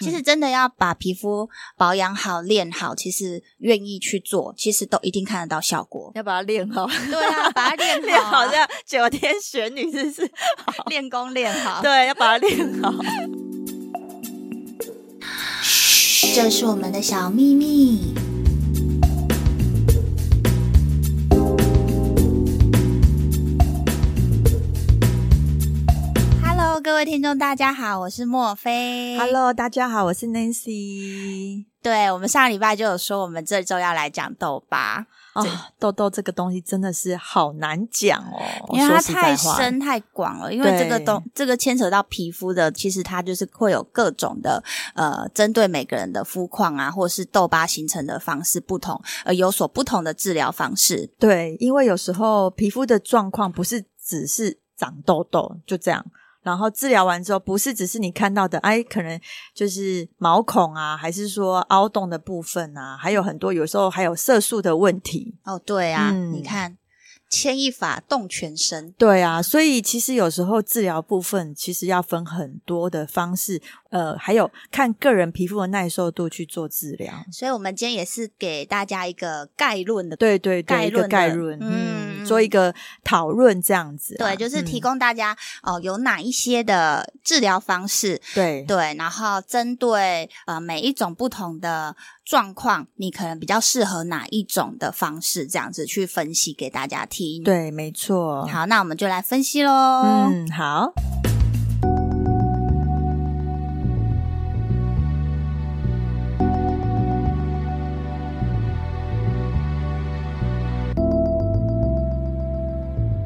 其实真的要把皮肤保养好、练好，其实愿意去做，其实都一定看得到效果。要把它练好， 对啊，把它练 练好好啊，像九天玄女是不是？练功练好。对，要把它练好。 这是我们的小秘密。Hello，各位听众，大家好，我是莫菲。 Hello，大家好，我是 Nancy。对我们上礼拜就有说，我们这周要来讲痘疤，啊、痘痘这个东西真的是好难讲哦，因为说它实在太话深太广了，因为对这个东这个牵扯到皮肤的，其实它就是会有各种的呃，针对每个人的肤况啊，或是痘疤形成的方式不同，而有所不同的治疗方式。对，因为有时候皮肤的状况不是只是长痘痘就这样，然后治疗完之后，不是只是你看到的，哎，可能就是毛孔啊，还是说凹洞的部分啊，还有很多，有时候还有色素的问题。哦，对啊，嗯你看，牵一发动全身。对啊，所以其实有时候治疗部分其实要分很多的方式，呃，还有看个人皮肤的耐受度去做治疗。所以，我们今天也是给大家一个概论的，对对概对，一个论的概论，嗯，嗯做一个讨论这样子啊、对，就是提嗯、供大家哦、有哪一些的治疗方式，嗯对对，然后针对呃每一种不同的状况，你可能比较适合哪一种的方式，这样子去分析给大家听。，对，没错。好，那我们就来分析喽。嗯，好。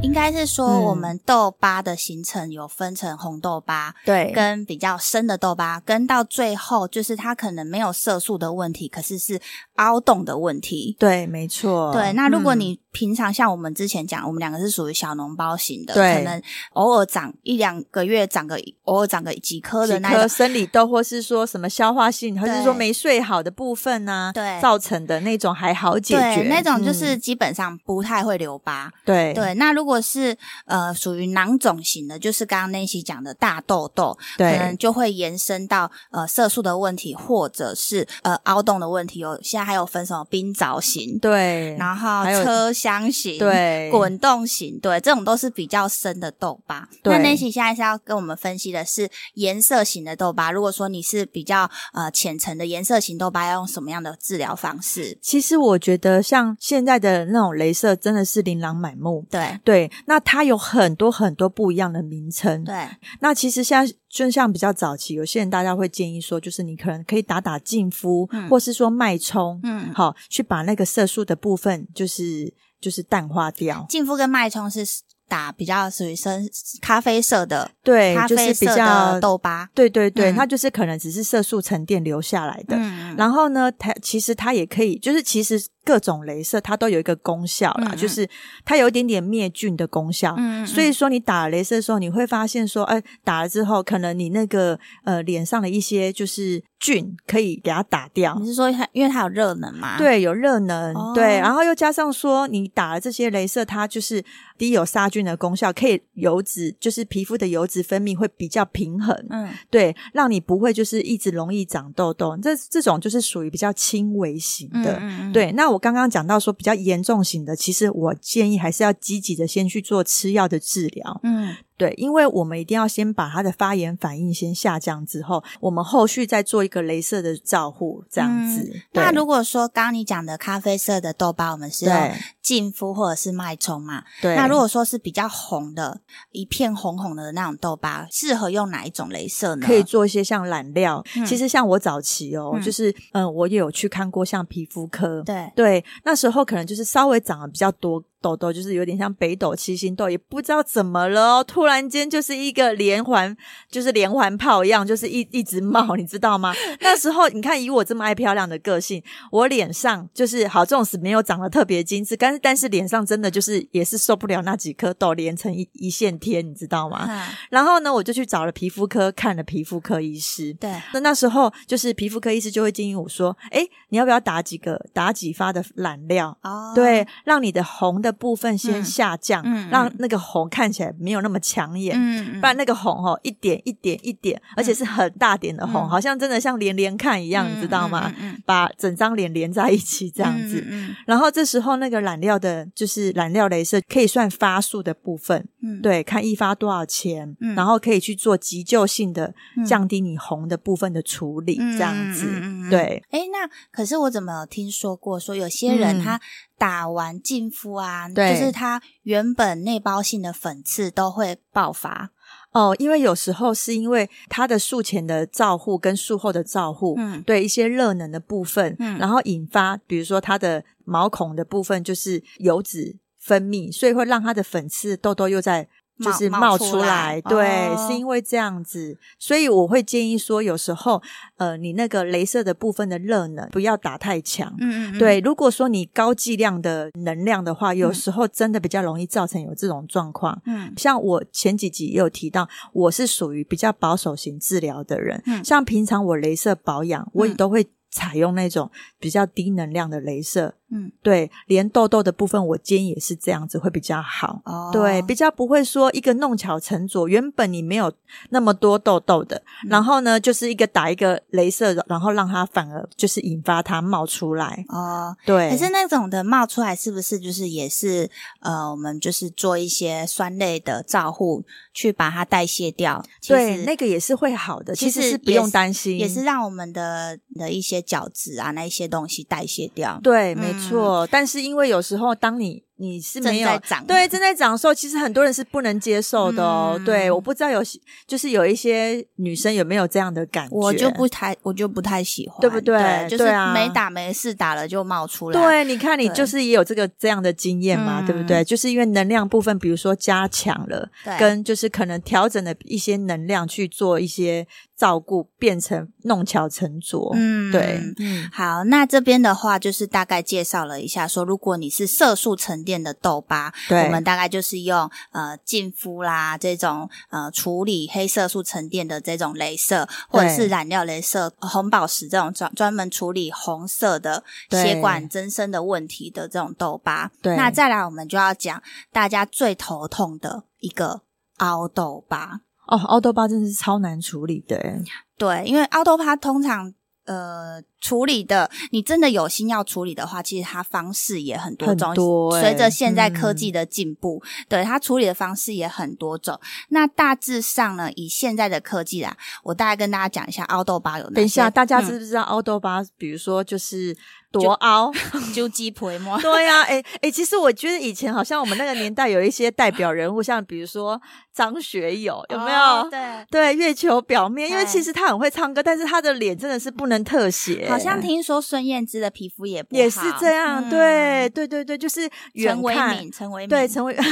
应该是说嗯我们痘疤的形成有分成红痘疤。对跟比较深的痘疤，跟到最后就是它可能没有色素的问题，可是是凹洞的问题。对，没错。对，那如果嗯你平常像我们之前讲，我们两个是属于小脓包型的，对可能偶尔长一两个月长个偶尔长个几颗的几那颗种，生理痘，或是说什么消化性，或是对说没睡好的部分呢、对造成的那种还好解决对，，那种就嗯是基本上不太会留疤。对对，那如果是呃属于囊肿型的，就是刚刚那期讲的大痘痘，可能对就会延伸到呃色素的问题，或者是呃凹洞的问题。有现在还有分什么冰凿型，对然后还有车厢型，。对滚动型，对，这种都是比较深的痘疤。对那 Nancy 现在是要跟我们分析的是颜色型的痘疤。如果说你是比较呃浅层的颜色型痘疤，要用什么样的治疗方式？其实我觉得像现在的那种镭射真的是琳琅满目。对对，那它有很多很多不一样的名称。对那其实现在就像比较早期，有些人大家会建议说，就是你可能可以打打净肤，嗯或是说脉冲，嗯好去把那个色素的部分，就是就是淡化掉。净肤跟脉冲是打比较属于深咖啡色的，对咖，就啡是比色的较痘疤。对对对，嗯它就是可能只是色素沉淀留下来的。嗯，然后呢，它其实它也可以，就是其实各种镭射它都有一个功效啦，嗯嗯就是它有一点点灭菌的功效。嗯嗯所以说，你打了镭射的时候，你会发现说，哎、打了之后，可能你那个呃脸上的一些就是菌可以给它打掉。你是说它因为它有热能嘛？，对，有热能，嗯哦对，然后又加上说，你打了这些镭射，它就是第一有杀菌的功效，可以油脂，就是皮肤的油脂分泌会比较平衡，嗯，对，让你不会就是一直容易长痘痘。这这种就是属于比较轻微型嗯的。嗯嗯对，那我刚刚讲到说比较严重型的，其实我建议还是要积极的先去做吃药的治疗。嗯对，因为我们一定要先把它的发炎反应先下降之后，我们后续再做一个镭射的照护，这样子。对嗯那如果说刚刚你讲的咖啡色的痘疤，我们是用对浸敷或者是脉冲嘛？对，那如果说是比较红的，一片红红的那种痘疤，适合用哪一种镭射呢？可以做一些像染料，嗯其实像我早期哦，嗯就是嗯、呃我也有去看过像皮肤科，对，对，那时候可能就是稍微长得比较多痘痘，就是有点像北斗七星痘，也不知道怎么了哦，突然间就是一个连环，就是连环炮一样，就是一一直冒，你知道吗？那时候你看，以我这么爱漂亮的个性，我脸上就是好，纵使没有长得特别精致，但是但是脸上真的就是也是受不了那几颗痘连成一一线天，你知道吗？嗯然后呢，我就去找了皮肤科，看了皮肤科医师。对，那那时候就是皮肤科医师就会建议我说：“哎，你要不要打几个打几发的染料？哦，对，让你的红的部分先嗯下降，嗯让嗯那个红看起来没有那么抢眼。嗯，嗯，不然那个红哦，一点一点一点，而且是很大点的红，嗯好像真的像连连看一样，你知道吗？嗯？嗯嗯嗯把整张脸连在一起这这样子。嗯然后这时候那个染料的，就是染料镭射可以算发数的部分，嗯，嗯，对，看一发多少钱，嗯然后可以去做急救性的嗯降低你红的部分的处理，嗯这样子。嗯嗯嗯嗯对，哎，那可是我怎么有听说过说有些人嗯他打完净肤啊，对就是他原本内包性的粉刺都会爆发，哦，因为有时候是因为它的术前的照护跟术后的照护，嗯对一些热能的部分，嗯然后引发，比如说它的毛孔的部分就是油脂分泌，所以会让它的粉刺痘痘又在。冒就是冒冒出出来，来对，哦是因为这样子，所以我会建议说，有时候，呃，你那个镭射的部分的热能不要打太强，嗯嗯，嗯，对，如果说你高剂量的能量的话，有时候真的比较容易造成有这种状况。嗯像我前几集也有提到，我是属于比较保守型治疗的人。嗯像平常我镭射保养，我也嗯都会采用那种比较低能量的镭射。嗯，对，连痘痘的部分，我建议也是这样子会比较好。哦，对，比较不会说一个弄巧成拙。原本你没有那么多痘痘的，嗯然后呢，就是一个打一个镭射，然后让它反而就是引发它冒出来。哦，对，可是那种的冒出来，是不是就是也是呃，我们就是做一些酸类的照护，去把它代谢掉？其对实那个也是会好的，其其实实是不也用是担心，也是让我们的的一些角质啊，那一些东西代谢掉。对，嗯没错。但是因为有时候当你你是没有正在长对正在长的时候，其实很多人是不能接受的哦。嗯对，我不知道有些就是有一些女生有没有这样的感觉，我就不太，我就不太喜欢，对不对就是对啊没打没事，打了就冒出来。对，你看你对就是也有这个这样的经验嘛，嗯对不对？就是因为能量部分，比如说加强了，对，跟就是可能调整了一些能量去做一些照顾，变成弄巧成拙。嗯对，嗯，好，那这边的话就是大概介绍了一下说如果你是色素沉淀的痘疤，对我们大概就是用呃净肤啦这种呃处理黑色素沉淀的这种镭射，或者是染料镭射、呃红宝石这种专专门处理红色的对血管增生的问题的这种痘疤。对那再来我们就要讲大家最头痛的一个凹痘疤。哦，凹痘疤真的是超难处理的嗯欸，对，因为凹痘它通常呃处理的，你真的有心要处理的话，其实它方式也很多很种。多欸嗯随着现在科技的进步，对它处理的方式也很多种。那大致上呢，以现在的科技啊，我大概跟大家讲一下凹痘疤有哪些。等一下，大家嗯知不知道凹痘疤？比如说就是多 凹，揪鸡皮膜对呀、啊，哎、哎、其实我觉得以前好像我们那个年代有一些代表人物，像比如说张学友，有没有？哦对。对，月球表面，因为对其实他很会唱歌，但是他的脸真的是不能特写，欸好像听说孙燕姿的皮肤也不好也是这样。嗯对，对，对，对，就是远陈为看，敏，陈为敏对，成为，对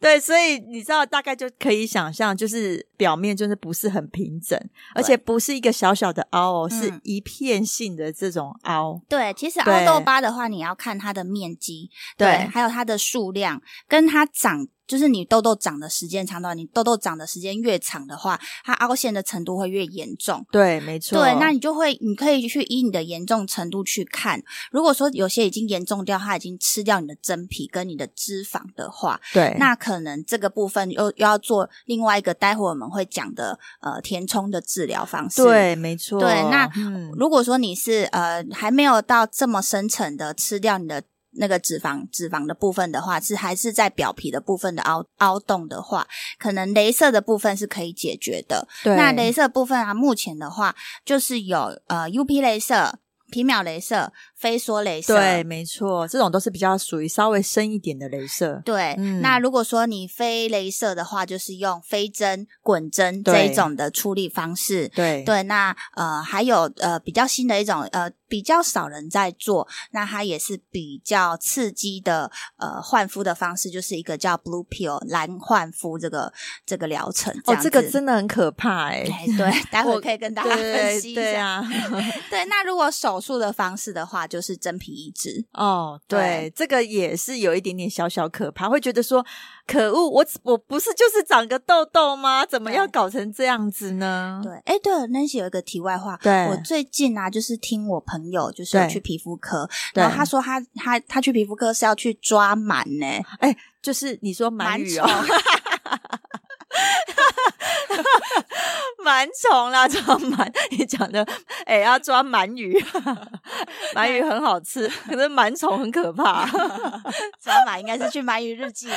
对，所以你知道，大概就可以想象，就是表面就是不是很平整，而且不是一个小小的凹哦，是嗯一片性的这种凹。对，其实对凹痘疤的话，你要看它的面积，对还有它的数量，跟它长，就是你痘痘长的时间长短，你痘痘长的时间越长的话，它凹陷的程度会越严重。对，没错。对，那你就会，你可以去依你的严重程度去看。如果说有些已经严重掉，它已经吃掉你的真皮跟你的脂肪的话，对那可能这个部分又又要做另外一个，待会我们会讲的呃填充的治疗方式。对，没错。对那嗯如果说你是呃还没有到这么深层的吃掉你的那个脂肪脂肪的部分的话，是还是在表皮的部分的凹凹洞的话，可能镭射的部分是可以解决的。对，那镭射部分啊，目前的话就是有呃 UP 镭射、皮秒镭射、飞梭镭射。对，没错，这种都是比较属于稍微深一点的镭射。对嗯那如果说你非镭射的话，就是用飞针、滚针这对一种的处理方式。对对，那呃，还有呃，比较新的一种呃，比较少人在做，那它也是比较刺激的呃换肤的方式，就是一个叫 Blue Pill 蓝焕肤这个这个疗程。哦，这个样子真的 很可怕哎、哎，对，待会我可以跟大家分析对一对下。 啊，对，那如果手术的方式的话，就是真皮移植。哦，对，这个也是有一点点小小可怕，会觉得说，可恶，我我不是就是长个痘痘吗？怎么对要搞成这样子呢？对，哎，对了，Nancy 有一个题外话，嗯对我最近啊，就是听我朋友就是有对去皮肤科，对然后他说他他他去皮肤科是要去抓螨呢、就是你说螨螨语虫 哦，螨虫啦，抓螨，你讲的，哎、要抓鳗 鱼，鳗鱼很好吃，可是螨虫很可 怕。抓螨应该是去《鳗鱼日记》吧？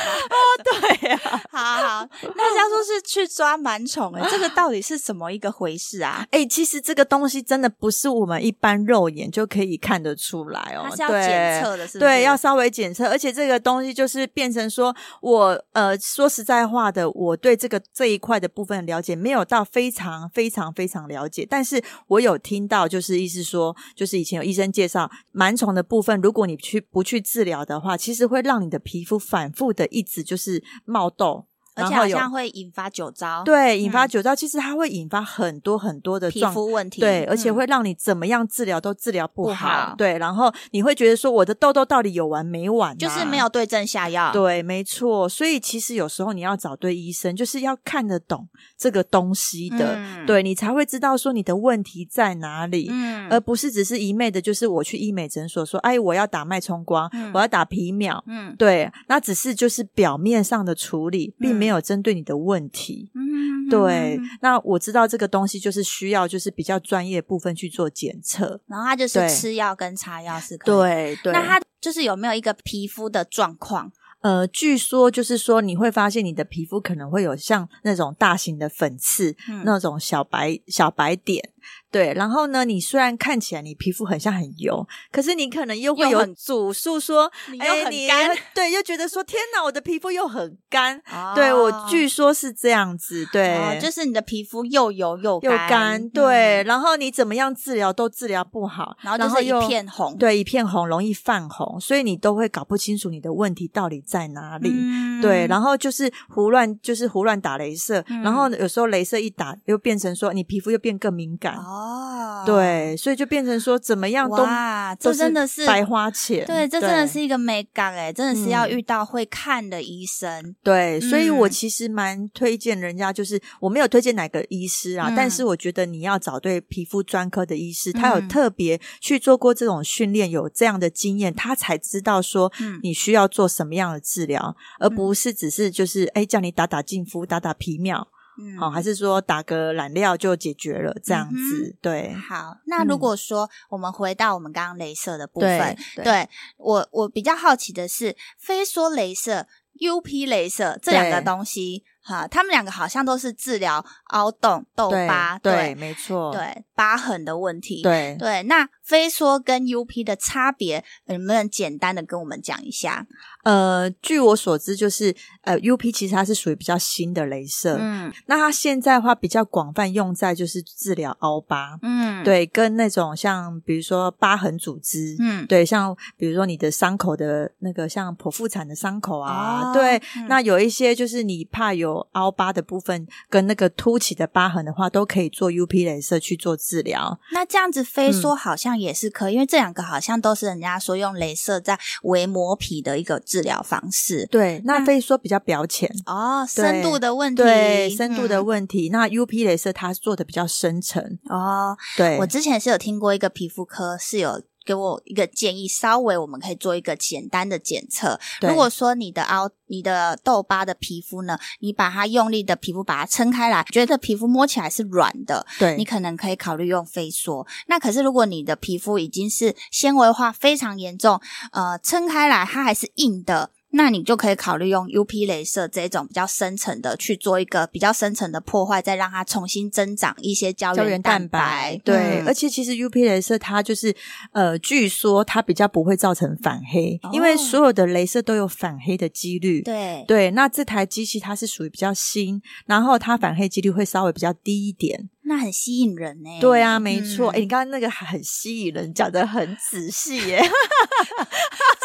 对呀、啊，好好，那要说是去抓螨虫， 哎，这个到底是什么一个回事啊？哎、其实这个东西真的不是我们一般肉眼就可以看得出来哦，它是要对检测的，是不是？对，要稍微检测，而且这个东西就是变成说我呃说实在话的，我对这个这一块的部分了解没有到非常非常非常了解，但是我有听到，就是意思说，就是以前有医生介绍螨虫的部分，如果你去不去治疗的话，其实会让你的皮肤反复的一直就是冒痘，而然且后好有像会引发酒糟，，对引发嗯酒糟，其实它会引发很多很多的皮状肤问题，对，而且嗯会让你怎么样治疗都治疗不不好对，然后你会觉得说我的痘痘到底有完没完、就是没。有对症下药。对，没错。所以其实有时候你要找对医生，就是要看得懂这个东西的，嗯，对你才会知道说你的问题在哪里，嗯，而不是只是一昧的，就是我去医美诊所说，哎，我要打脉冲光，嗯我要打皮秒。嗯对，那只是就是表面上的处理，并没嗯有针对你的问题。嗯，对，那我知道这个东西就是需要就是比较专业的部分去做检测。然后它就是对吃药跟擦药是可以。对对，那它就是有没有一个皮肤的状况？呃，据说就是说你会发现你的皮肤可能会有像那种大型的粉刺，嗯那种小白小白点。对，然后呢，你虽然看起来你皮肤很像很油，可是你可能又会又有很主诉说，你又哎，很你干，对，又觉得说天哪，我的皮肤又很 干。哦对我据说是这样子，对，哦就是你的皮肤又油又又干，对，嗯然后你怎么样治疗都治疗不好，然后就是又一片红，对一片红，容易泛红，所以你都会搞不清楚你的问题到底在哪里。嗯对，然后就是胡乱，就是胡乱打镭射，嗯然后有时候镭射一打，又变成说你皮肤又变更敏感，哦，对，所以就变成说怎么样都哇，都这真的是白花嗯钱，对，这真的是一个美感哎，真的是要遇到会看的医生。对，所以我嗯其实蛮推荐人家，就是我没有推荐哪个医师啊，嗯但是我觉得你要找对皮肤专科的医师，他有嗯特别去做过这种训练，有这样的经验，他才知道说嗯你需要做什么样的治疗，而不是只是就是哎叫你打打净肤、打打皮秒，嗯哦，还是说打个染料就解决了这样子，对好，那如果说我们回到我们刚刚镭射的部分嗯对，对我我比较好奇的是，非说镭射、UP 镭射这两个对东西，哈，他们两个好像都是治疗凹洞、痘对疤、对，没错，对疤痕的问题。对对，那非说跟 UP 的差别，能不能简单的跟我们讲一下？呃，据我所知，就是呃 UP 其实它是属于比较新的镭射，嗯那它现在的话比较广泛用在就是治疗凹疤，嗯，，对，跟那种像比如说疤痕组织。嗯对，像比如说你的伤口的那个，像剖腹产的伤口啊，哦对，嗯那有一些就是你怕有凹疤的部分跟那个凸起的疤痕的话，都可以做 UP 镭射去做治疗。那这样子嗯飞梭好像也是可以，因为这两个好像都是人家说用镭射在为磨皮的一个治疗方式。对，那那非说比较表浅，哦，对深度的问题，对深度的嗯问题，那 UP 镭射它做的比较深层，哦。对我，之前是有听过一个皮肤科是有给我一个建议，稍微我们可以做一个简单的检测。对如果说你的凹、你的痘疤的皮肤呢，你把它用力的皮肤把它撑开来，觉得皮肤摸起来是软的，对你可能可以考虑用飞梭。那可是如果你的皮肤已经是纤维化非常严重，呃，撑开来它还是硬的。那你就可以考虑用 UP 镭射这种比较深层的去做一个比较深层的破坏，再让它重新增长一些胶胶原原蛋蛋白白。，对，嗯而且其实 UP 镭射它就是呃，据说它比较不会造成反黑，因为哦所有的镭射都有反黑的几率。对对，那这台机器它是属于比较新，然后它反黑几率会稍微比较低一点。那很吸引人呢、对啊，没错。嗯哎、你刚刚那个很吸引人，讲的很仔细耶。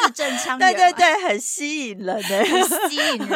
字 正腔圆，对对，对，很吸 引人哎。很吸引人。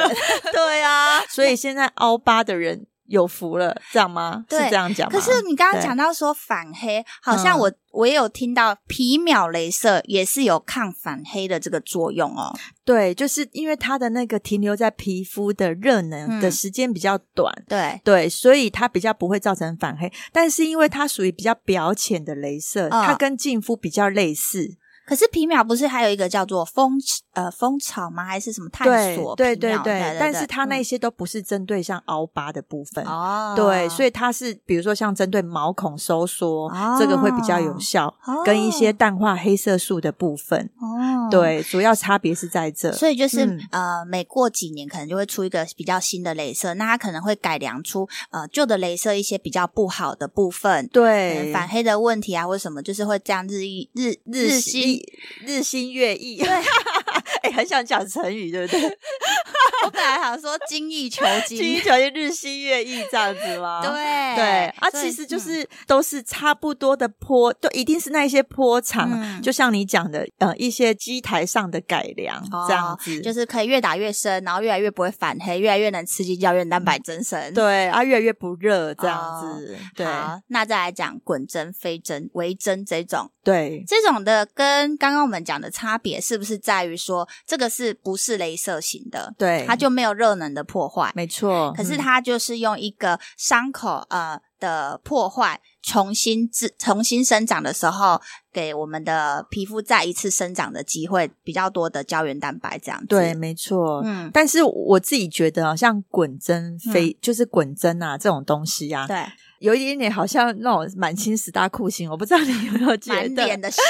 对啊，所以现在凹疤的人有福了，这样吗？是对这样讲可吗？是你刚刚对讲到说反黑，好像嗯我、我也有听到皮秒镭射也是有抗反黑的这个作用哦。对，就是因为它的那个停留在皮肤的热能的嗯时间比较短。对，对，所以它比较不会造成反黑，但是因为它属于比较表浅的镭射，它嗯跟净肤比较类似。可是皮秒不是还有一个叫做蜂呃蜂巢吗？还是什么探对索对皮对秒对，但是它那嗯些都不是针对像凹疤的部分。哦，对，所以以它是比如说像针对毛孔收缩，这个会比较有效，跟一些淡化黑色素的部分，哦。对，主要差别是在这。所以就是、嗯呃，每过几年可能就会出一个比较新的镭射，那它可能会改良出呃旧的镭射一些比较不好的部分，对，反黑的问题啊，或者什么，就是会这样日益日日新新。日新月异，对， 哎，很想讲成语， 对不对？我本来想说精益求金精一，球就日新月异这样子吗？对对啊，所以其实就嗯是都是差不多的坡，都一定是那一些坡长，嗯就像你讲的，呃，一些机台上的改良、哦这样子，就是是可以越打越深，然后越来越不会反黑，越来越能刺激胶原蛋白增生。。对啊，越来越不热这样子，对哦好，那再来讲滚针、飞针、微针这种，对这种的跟刚刚我们讲的差别，是不是在于说这个是不是镭射型的，对，它就没有热能的破坏，没错，可是嗯它就是用一个伤口呃的破坏，重新自重新生长的时候，给我们的皮肤再一次生长的机会，比较多的胶原蛋白这样子。对，，没错，嗯，但是我自己觉得啊，像滚针飞、就是滚针啊这种东西啊，对，有一点点好像那种满清十大酷刑，我不知道你有没有觉满得脸？ 的血，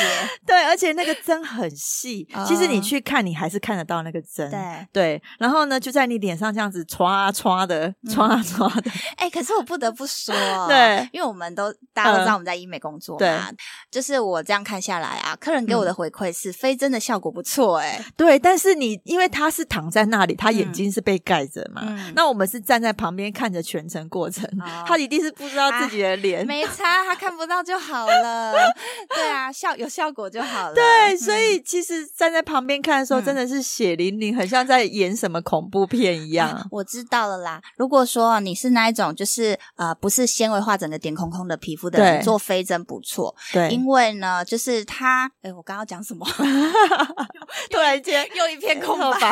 对，而且那个针很 细，哦其实你去看你还是看得到那个针。对，哎、对然后呢，就在你脸上这样子刷啊刷的，嗯刷啊刷的，，哎可是我不得不说对，因为我们都大家都知道嗯我们在医美工作嘛，就是我这样看下来啊，客人给嗯我的回馈是飞针的效果不错、哎，对。但是你因为他是躺在那里，他眼睛是被盖着嘛，嗯那我们是站在旁边看着全程过程，哦他一定是不知道自己的脸。没差，他看不到就好了，对啊，效有效果就好了，对，所嗯以其实站在旁边看的时候，嗯真的是血淋淋，很像在演什么恐怖片一 样。我知道了啦。如果说你是那一种就是呃不是纤维化整个点空空的皮肤的人，对做飞针不错，对因，为呢就是它，哎，我刚刚讲什么？ 突然间又一片空空白。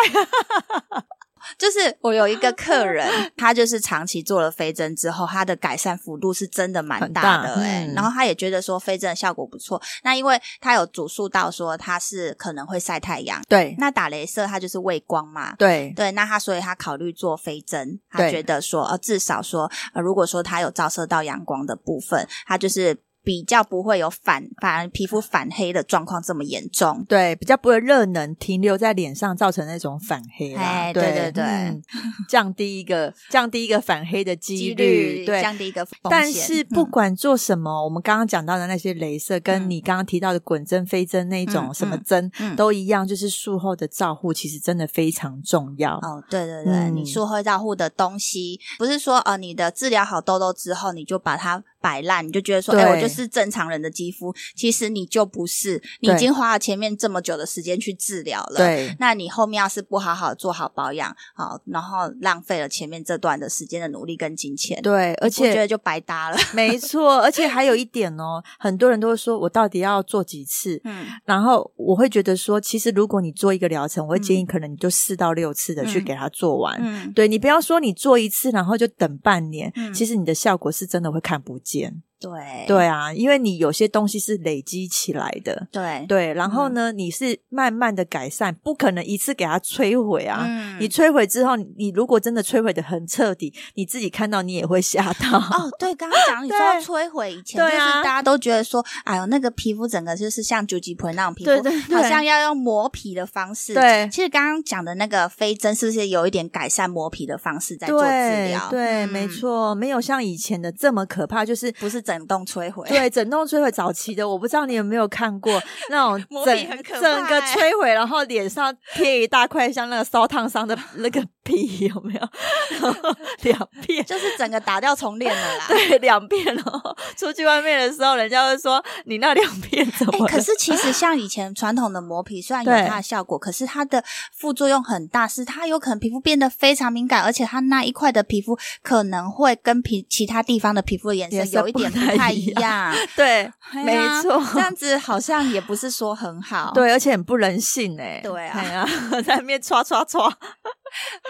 就是我有一个客人，他就是长期做了飞针之后，他的改善幅度是真的蛮大的很大哎、嗯然后他也觉得说飞针的效果不错。那因为他有主诉到说他是可能会晒太阳， 对那打镭射他就是畏光嘛，对对，那他所以他考虑做飞针，他对觉得说，呃，至少说，呃，如果说他有照射到阳光的部分，他就是比较不会有反反而皮肤反黑的状况这么严重。对，比较不会热能停留在脸上，造成那种反黑啦。哎对对对嗯降低 一个降低一个反黑的几率。对，降低一个风险，但是不嗯管做什么，我们刚刚讲到的那些镭射，跟嗯你刚刚提到的滚针、飞针那一种嗯什么嗯针，嗯都一样，就是术后的照护其实真的非常重要。哦，对对对，嗯你术后照护的东西，不是说呃，你的治疗好痘痘之后，你就把它摆烂，你就觉得说，哎、对我就是正常人的肌肤，其实你就不是，你已对经花了前面这么久的时间去治疗了，对那你后面要是不好好做好保养，好，然后浪费了前面这段的时间的努力跟金钱，对，而你不觉且得就白搭 了。没错，而且还有一点哦，很多人都会说我到底要做几次？嗯，然后我会觉得说，其实如果你做一个疗程，我会建议可能你就四到六次的去嗯给它做完。嗯，对你不要说你做一次，然后就等半年，嗯其实你的效果是真的会看不见。对对啊，因为你有些东西是累积起来的，对嗯对。然后呢，你是慢慢的改善，不可能一次给它摧毁啊。嗯你摧毁之后，你你如果真的摧毁的很彻底，你自己看到你也会吓到。 哦，对，刚刚讲你说要对摧毁，以前就对是啊大家都觉得说，哎呦，那个皮肤整个就是像九级婆那种皮肤，对对对好像要用磨皮的方式。对其实刚刚讲的那个飞针是不是有一点改善磨皮的方式在对做治疗？对，嗯没，错，没有像以前的这么可怕，就是不是整栋摧毁。对，整栋摧毁早期的，我不知道你有没有看 过那种磨皮整很可整个怕欸摧毁，然后脸上贴一大块像那个烧烫伤的那 个皮，有没有？然后两片。就是整个打掉重练了啦。 对，两片哦。出去外面的时候，人家会说你那两片怎 哎、么了？可是其实像以前传统的磨皮，虽然有对它的效果，可是它的副作用很大，是它有可能皮肤变得非常敏感，而且它那一块的皮肤可能会跟皮其他地方的皮肤的颜色颜色有一点不不太太一一 样。对，哎没呀错这样子好像也不是说很好。， 对，而且很不人性哎、对啊哎呀、在那边刷刷刷。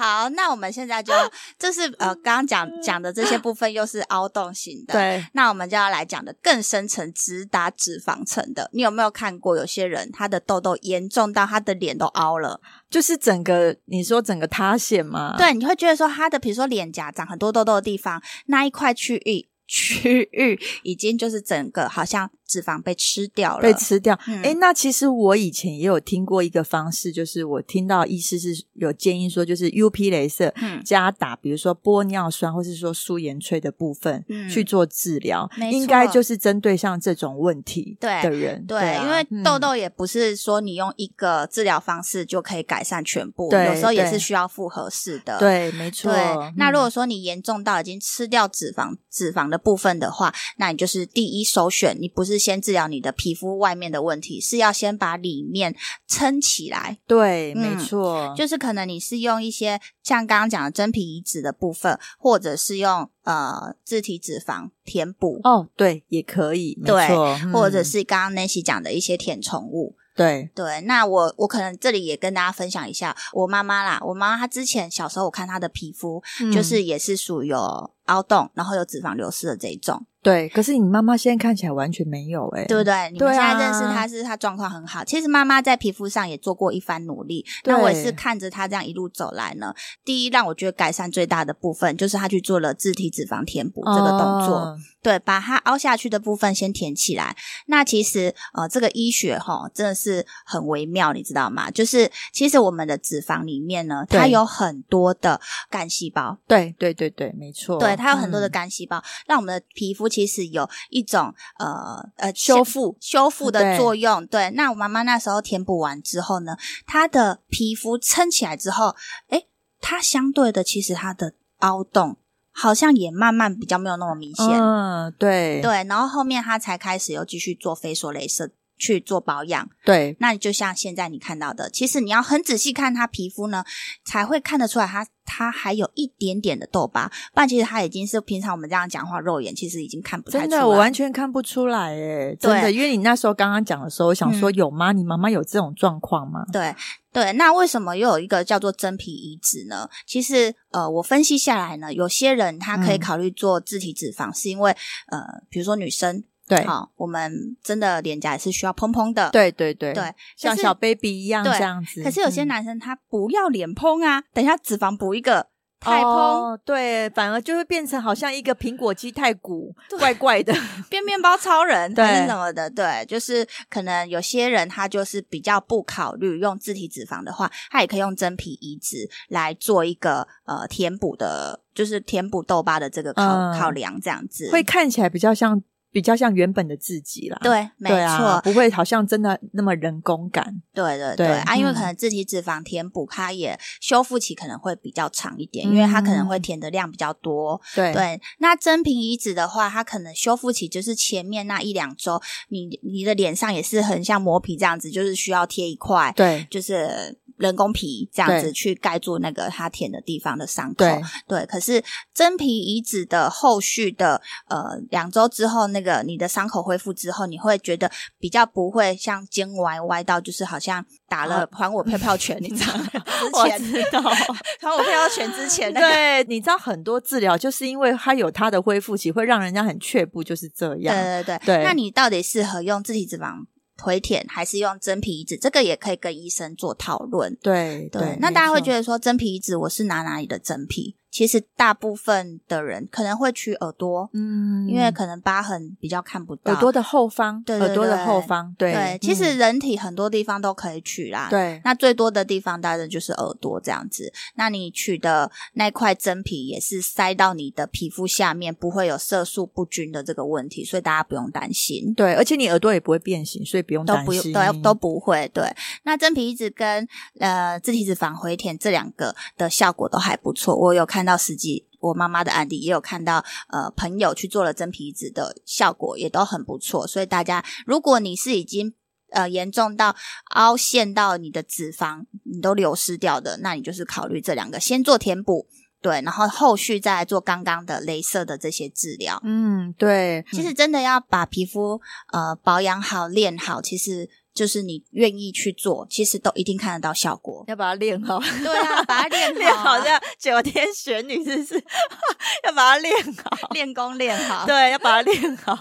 好，那我们现在 就这是呃刚刚讲讲的这些部分，又是凹洞型的。。对，那我们就要来讲的更深层，直达脂肪层的。你有没有看过有些人他的痘痘严重到他的脸都凹了？就是整个你说整个塌陷吗？对，你会觉得说他的比如说脸颊长很多痘痘的地方那一块区域区域已经就是整个好像脂肪被吃掉了，被吃掉。哎、嗯那其实我以前也有听过一个方式，就是我听到医师是有建议说，就是 UP 镭射嗯加打，比如说玻尿酸或是说舒颜萃的部分、嗯去做治疗没，错应该就是针对像这种问题对的人。对，啊因为痘、嗯痘也不是说你用一个治疗方式就可以改善全部，对有时候也对是需要复合式的。对，没错对。，那嗯如果说你严重到已经吃掉脂肪脂肪的部分的话，那你就是第一首选，你不是先治疗你的皮肤外面的问题，是要先把里面撑起来。对，嗯没错，就是可能你是用一些像刚刚讲的真皮移植的部分，或者是用呃自体脂肪填补，哦，对，也可以，没对错，嗯或者是刚刚 Nancy 讲的一些填充物。对，对，那我我可能这里也跟大家分享一下我妈妈啦。我妈妈她之前小时候，我看她的皮肤、嗯就是也是属于有凹洞，然后有脂肪流失的这一种，对。可是你妈妈现在看起来完全没有、哎，对不对？你们对现啊在认识她是她状况很好，其实妈妈在皮肤上也做过一番努力。对那我也是看着她这样一路走来呢。第一，让我觉得改善最大的部分就是她去做了自体脂肪填补这个动作。哦对，把它凹下去的部分先填起来。那其实呃，这个医学哈真的是很微妙，你知道吗？就是其实我们的脂肪里面呢，对它有很多的干细胞，对对对对，没错，对，它有很多的嗯干细胞，让我们的皮肤其实有一种呃呃修像复修复的对作用。对，那我妈妈那时候填补完之后呢，她的皮肤撑起来之后，诶，它相对的其实它的凹洞好像也慢慢比较没有那么明显。嗯，对对，然后后面他才开始又继续做飞梭镭射去做保养。对那就像现在你看到的，其实你要很仔细看他皮肤呢，才会看得出来他他还有一点点的痘疤，不然其实他已经是平常我们这样讲话肉眼其实已经看不太真出来。的，我完全看不出来哎，真的，对因为你那时候刚刚讲的时候，我想说嗯有吗？你妈妈有这种状况吗？对对，那为什么又有一个叫做真皮移植呢？其实呃，我分析下来呢，有些人他可以嗯考虑做自体脂肪，是因为呃，比如说女生，对好、我们真的脸颊也是需要蓬蓬的，对对对对，像但是小 baby 一样对这样子。可是有些嗯男生他不要脸嘭啊，等一下脂肪补一个太嘭，哦，对，反而就会变成好像一个苹果肌 太鼓，怪怪的。变面包超人还对是什么的，对，就是可能有些人他就是比较不考虑用自体脂肪的话，他也可以用真皮移植来做一个呃填补的，就是填补痘疤的这个考、嗯考量这样子。会看起来比较像比较像原本的自己啦。对，没对错，啊，不会好像真的那么人工感。对对对对啊，因为嗯可能自体脂肪填补，它也修复期可能会比较长一嗯点，因为它可能会填的量比较多，对对，那真皮移植的话，它可能修复期就是前面那一两周，你你的脸上也是很像磨皮这样子，就是需要贴一块，对就是人工皮这样子对去盖住那个它舔的地方的伤口。对，对，可是真皮移植的后续的呃两周之后，那个你的伤口恢复之后，你会觉得比较不会像肩歪歪到，就是好像打了还我票票拳，你知道 吗？之哦我前知道。还我票票拳之 前那个。对，你知道很多治疗就是因为它有它的恢复期，会让人家很却步，就是这样。对对对，对那你到底适合用自体脂肪回填，还是用真皮移植？这个也可以跟医生做讨论。对对那大家会觉得得说真皮移植我是拿哪里的真皮？其实大部分的人可能会取耳朵，嗯因为可能疤痕比较看不到。耳朵的后方，对对耳朵的对后方，对，对，其实人体很多地方都可以取啦。嗯、。对那最多的地方当然就是耳朵这样子，那你取的那块真皮也是塞到你的皮肤下面，不会有色素不均的这个问题，所以大家不用担心。对，而且你耳朵也不会变形，所以不用都担不心，都都不会对。那真皮移植跟呃自体脂肪回填这两个的效果都还不错，我有看到实际我妈妈的案例，也有看到呃朋友去做了真皮移植的效果也都很不错。所以大家，如果你是已经呃严重到凹陷到你的脂肪你都流失掉的，那你就是考虑这两个先做填补。对，然后后续再来做刚刚的镭射的这些治疗。嗯，对，其实真的要把皮肤呃保养好、练好，其实就是你愿意去做，其实都一定看得到效果。 要把它练 好，对啊，把它练练好好啊，像九天玄女是不是？ 要把它练好，练功练好。对，要把它练好，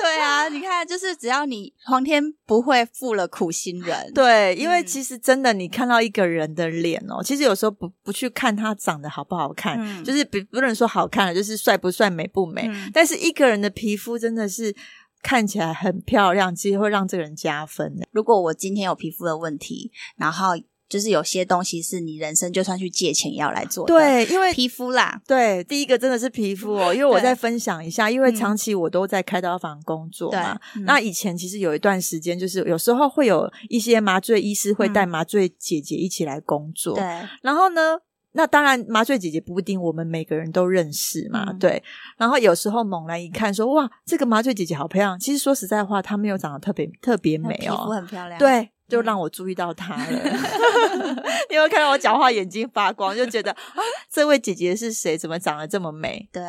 对啊，你看，就是只要你皇天不会负了苦心人。对，因为嗯其实真的，你看到一个人的脸哦，其实有时候不不去看他长得好不好看，嗯就是不不能说好看了，就是帅不帅、美不美，嗯但是一个人的皮肤真的是看起来很漂亮，其实会让这个人加分的。如果我今天有皮肤的问题，然后就是有些东西是你人生就算去借钱也要来做的，，对，因为皮肤啦，对，第一个真的是皮肤哦，因为我对再分享一下，因为嗯长期我都在开刀房工作对嘛。，嗯那以前其实有一段时间，就是有时候会有一些麻醉医师会嗯带麻醉姐姐一起来工作，对，然后呢，那当然麻醉姐姐不一定我们每个人都认识嘛，嗯对。然后有时候猛然一看说，哇，这个麻醉姐姐好漂亮。其实说实在话，她没有长得特别特别美皮肤哦，很漂亮，嗯对。就让我注意到她了， 你有没有看到我讲话眼睛发光，就觉得啊，这位姐姐是谁？怎么长得这么美？对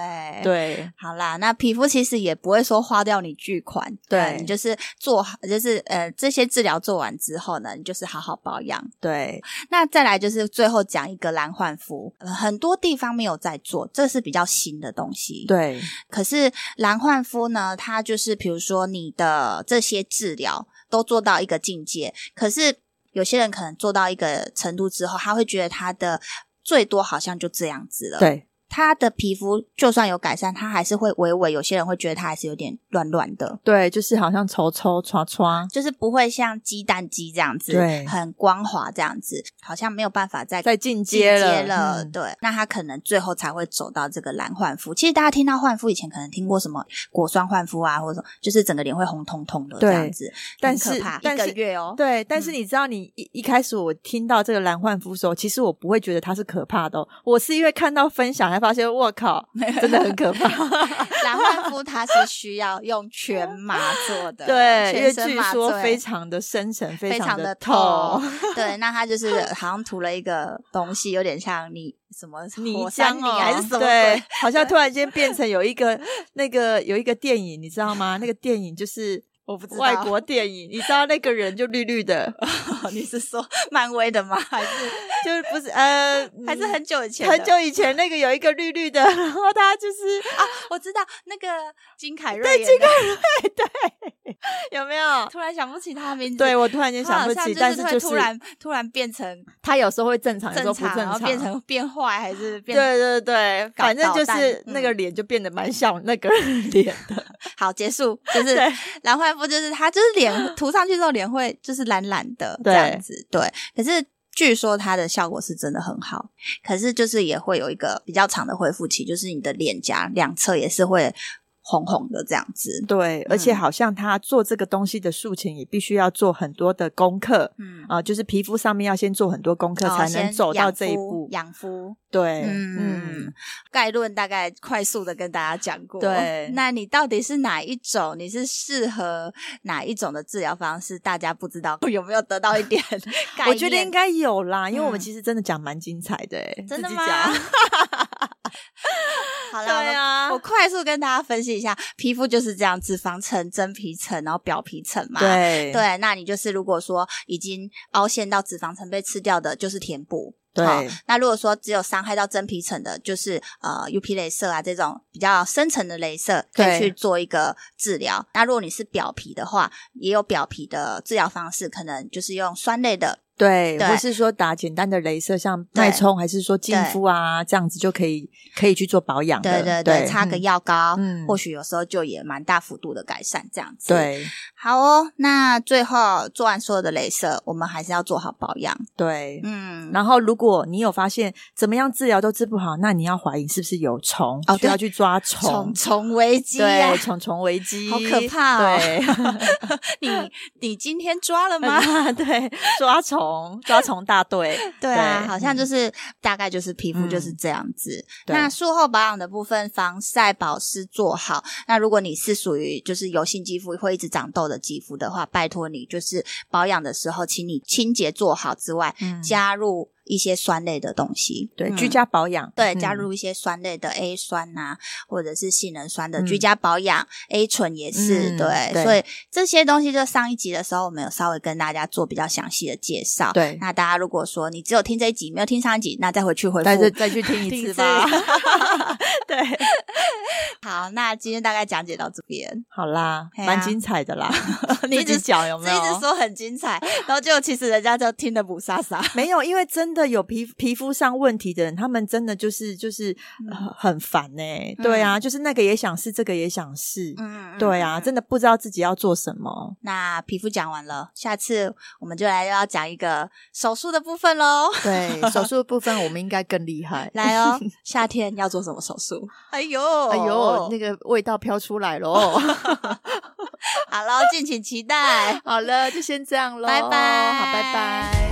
对对好啦，那皮肤其实也不会说花掉你巨款，对呃你就是做好，就是呃这些治疗做完之后呢，你就是好好保养。对那再来就是最后讲一个蓝焕肤、呃很多地方没有在做，这是比较新的东西。，对可是蓝焕肤呢，它就是比如说你的这些治疗都做到一个境界，可是有些人可能做到一个程度之后，他会觉得他的最多好像就这样子了。对他的皮肤就算有改善，他还是会微微，有些人会觉得他还是有点乱乱的，对，就是好像稠稠刷刷，就是不会像鸡蛋肌这样子，对很光滑这样子，好像没有办法再在进进阶了，了嗯对，那他可能最后才会走到这个蓝焕肤。其实大家听到焕肤以前，可能听过什么果酸焕肤啊，或者什么就是整个脸会红彤彤的这对样子，但很是可怕，但一个是月 哦，对，但是嗯你知道你，一一开始我听到这个蓝焕肤的时候，其实我不会觉得它是可怕的哦、我是因为看到分享才发现，我靠，真的很可 怕。蓝焕肤它是需要用全麻做的，对，因为全身据麻说醉非常的深沉，非非常的的透透。。 对，那它就是好像涂了一个东西，有点像你什么泥火山浆泥哦，还是什么对鬼？， 好像突然间变成有一个那个有一个电影，你知道吗？那个电影就是 我不知道外国电影，你知道那个人就绿 绿的，哦你是说 漫威的 吗？还是就是不是呃， 还是嗯很久以前的？很久以前那个有一个绿绿的，然后他就是啊，我知道那个金凯瑞，对金凯，有没有？突然想不起他的名字。对，我突然间他想好不像起，就但是是会就是突然突然变成他有时候会正常，有时候正不正常，然后常，变成变坏，还是变对对对，搞反正就捣蛋是嗯那个脸就变得蛮像那个脸的，好结束，就是对蓝焕肤，就是它就是 脸涂上去之后脸会就是蓝蓝的这对样子，对。可是据说它的效果是真的很好，可是就是也会有一个比较长的恢复期，就是你的脸颊两侧也是会红红的这样子，对，而且嗯好像他做这个东西的术前也必须要做很多的功课嗯。啊、就是皮肤上面要先做很多功课哦才能先走到养这一肤步，肤。养肤，对，嗯，概论大概快速的跟大家讲过。对那你到底是哪一种？你是适合哪一种的治疗方式？大家不知道 有没有得到一点 概念？我觉得应该有啦，因为我们嗯其实真的讲蛮精彩的、欸，真的自己吗讲 好啦， 对啊我快速跟大家分析一下，皮肤就是这样，脂肪层、真皮层，然后表皮层嘛。。 对对，那你就是如果说已经凹陷到脂肪层被吃掉的，就是填补。对好那如果说只有伤害到真皮层的，就是呃 UP 镭射啊这种比较深层的镭射可以对去做一个治疗。那如果你是表皮的话，也有表皮的治疗方式，可能就是用酸类的对，对或是说打简单的镭射，像对脉冲，还是说净对肤啊，这样子就可以可以去做保养对对的。对对，擦个嗯药膏，嗯或许有时候就也蛮大幅度的改善这样子。，对好哦。那最后做完所有的镭射，我们还是要做好保养。对。嗯，然后，如果你有发现怎么样治疗都治不好，那你要怀疑是不是有虫，哦需要对去抓重虫，重危机啊对，！虫虫危机，好可怕哦对， 你你今天抓了 吗？对，抓虫，抓虫大队，对啊，对好像就是、大概就是皮肤嗯就是这样子。对那术后保养的部分，防晒、保湿做好。那如果你是属于就是油性肌肤会一直长痘的肌肤的话，拜托你就是保养的时候，请你清洁做好之外，嗯加入一些酸类的东西，对，嗯居。家保养，对，嗯加入一些酸类的 A 酸呐、或者是杏仁酸的嗯居家保养、A 醇也是、嗯对，对所以这些东西就上一集的时候，我们有稍微跟大家做比较详细的介绍。对，那大家如果说你只有听这一集，没有听上一集，那再回去回再再复。再去听听一一次次 吧。对，好，那今天大概讲解到这边，好啦，嘿啊蛮精 彩的啦。你你一一直直讲有这没有？一直说很精彩，然后就其实人家就听得不飒飒。 没有，因为真的有皮皮肤上问题的人，他们真的就是就是、呃很烦呢、嗯对啊，就是那个也想试，这个也想试，嗯对啊，真的不知道自己要做什 么。那皮肤讲完了，下次我们就来要讲一个手术的部分喽。对手术的部分，我们应该更厉害。来 哦，夏天要做什么手术？哎呦，哎哦呦，那个味道飘出来 喽！好喽，敬请期待。好了，就先这样喽，拜拜好，拜拜。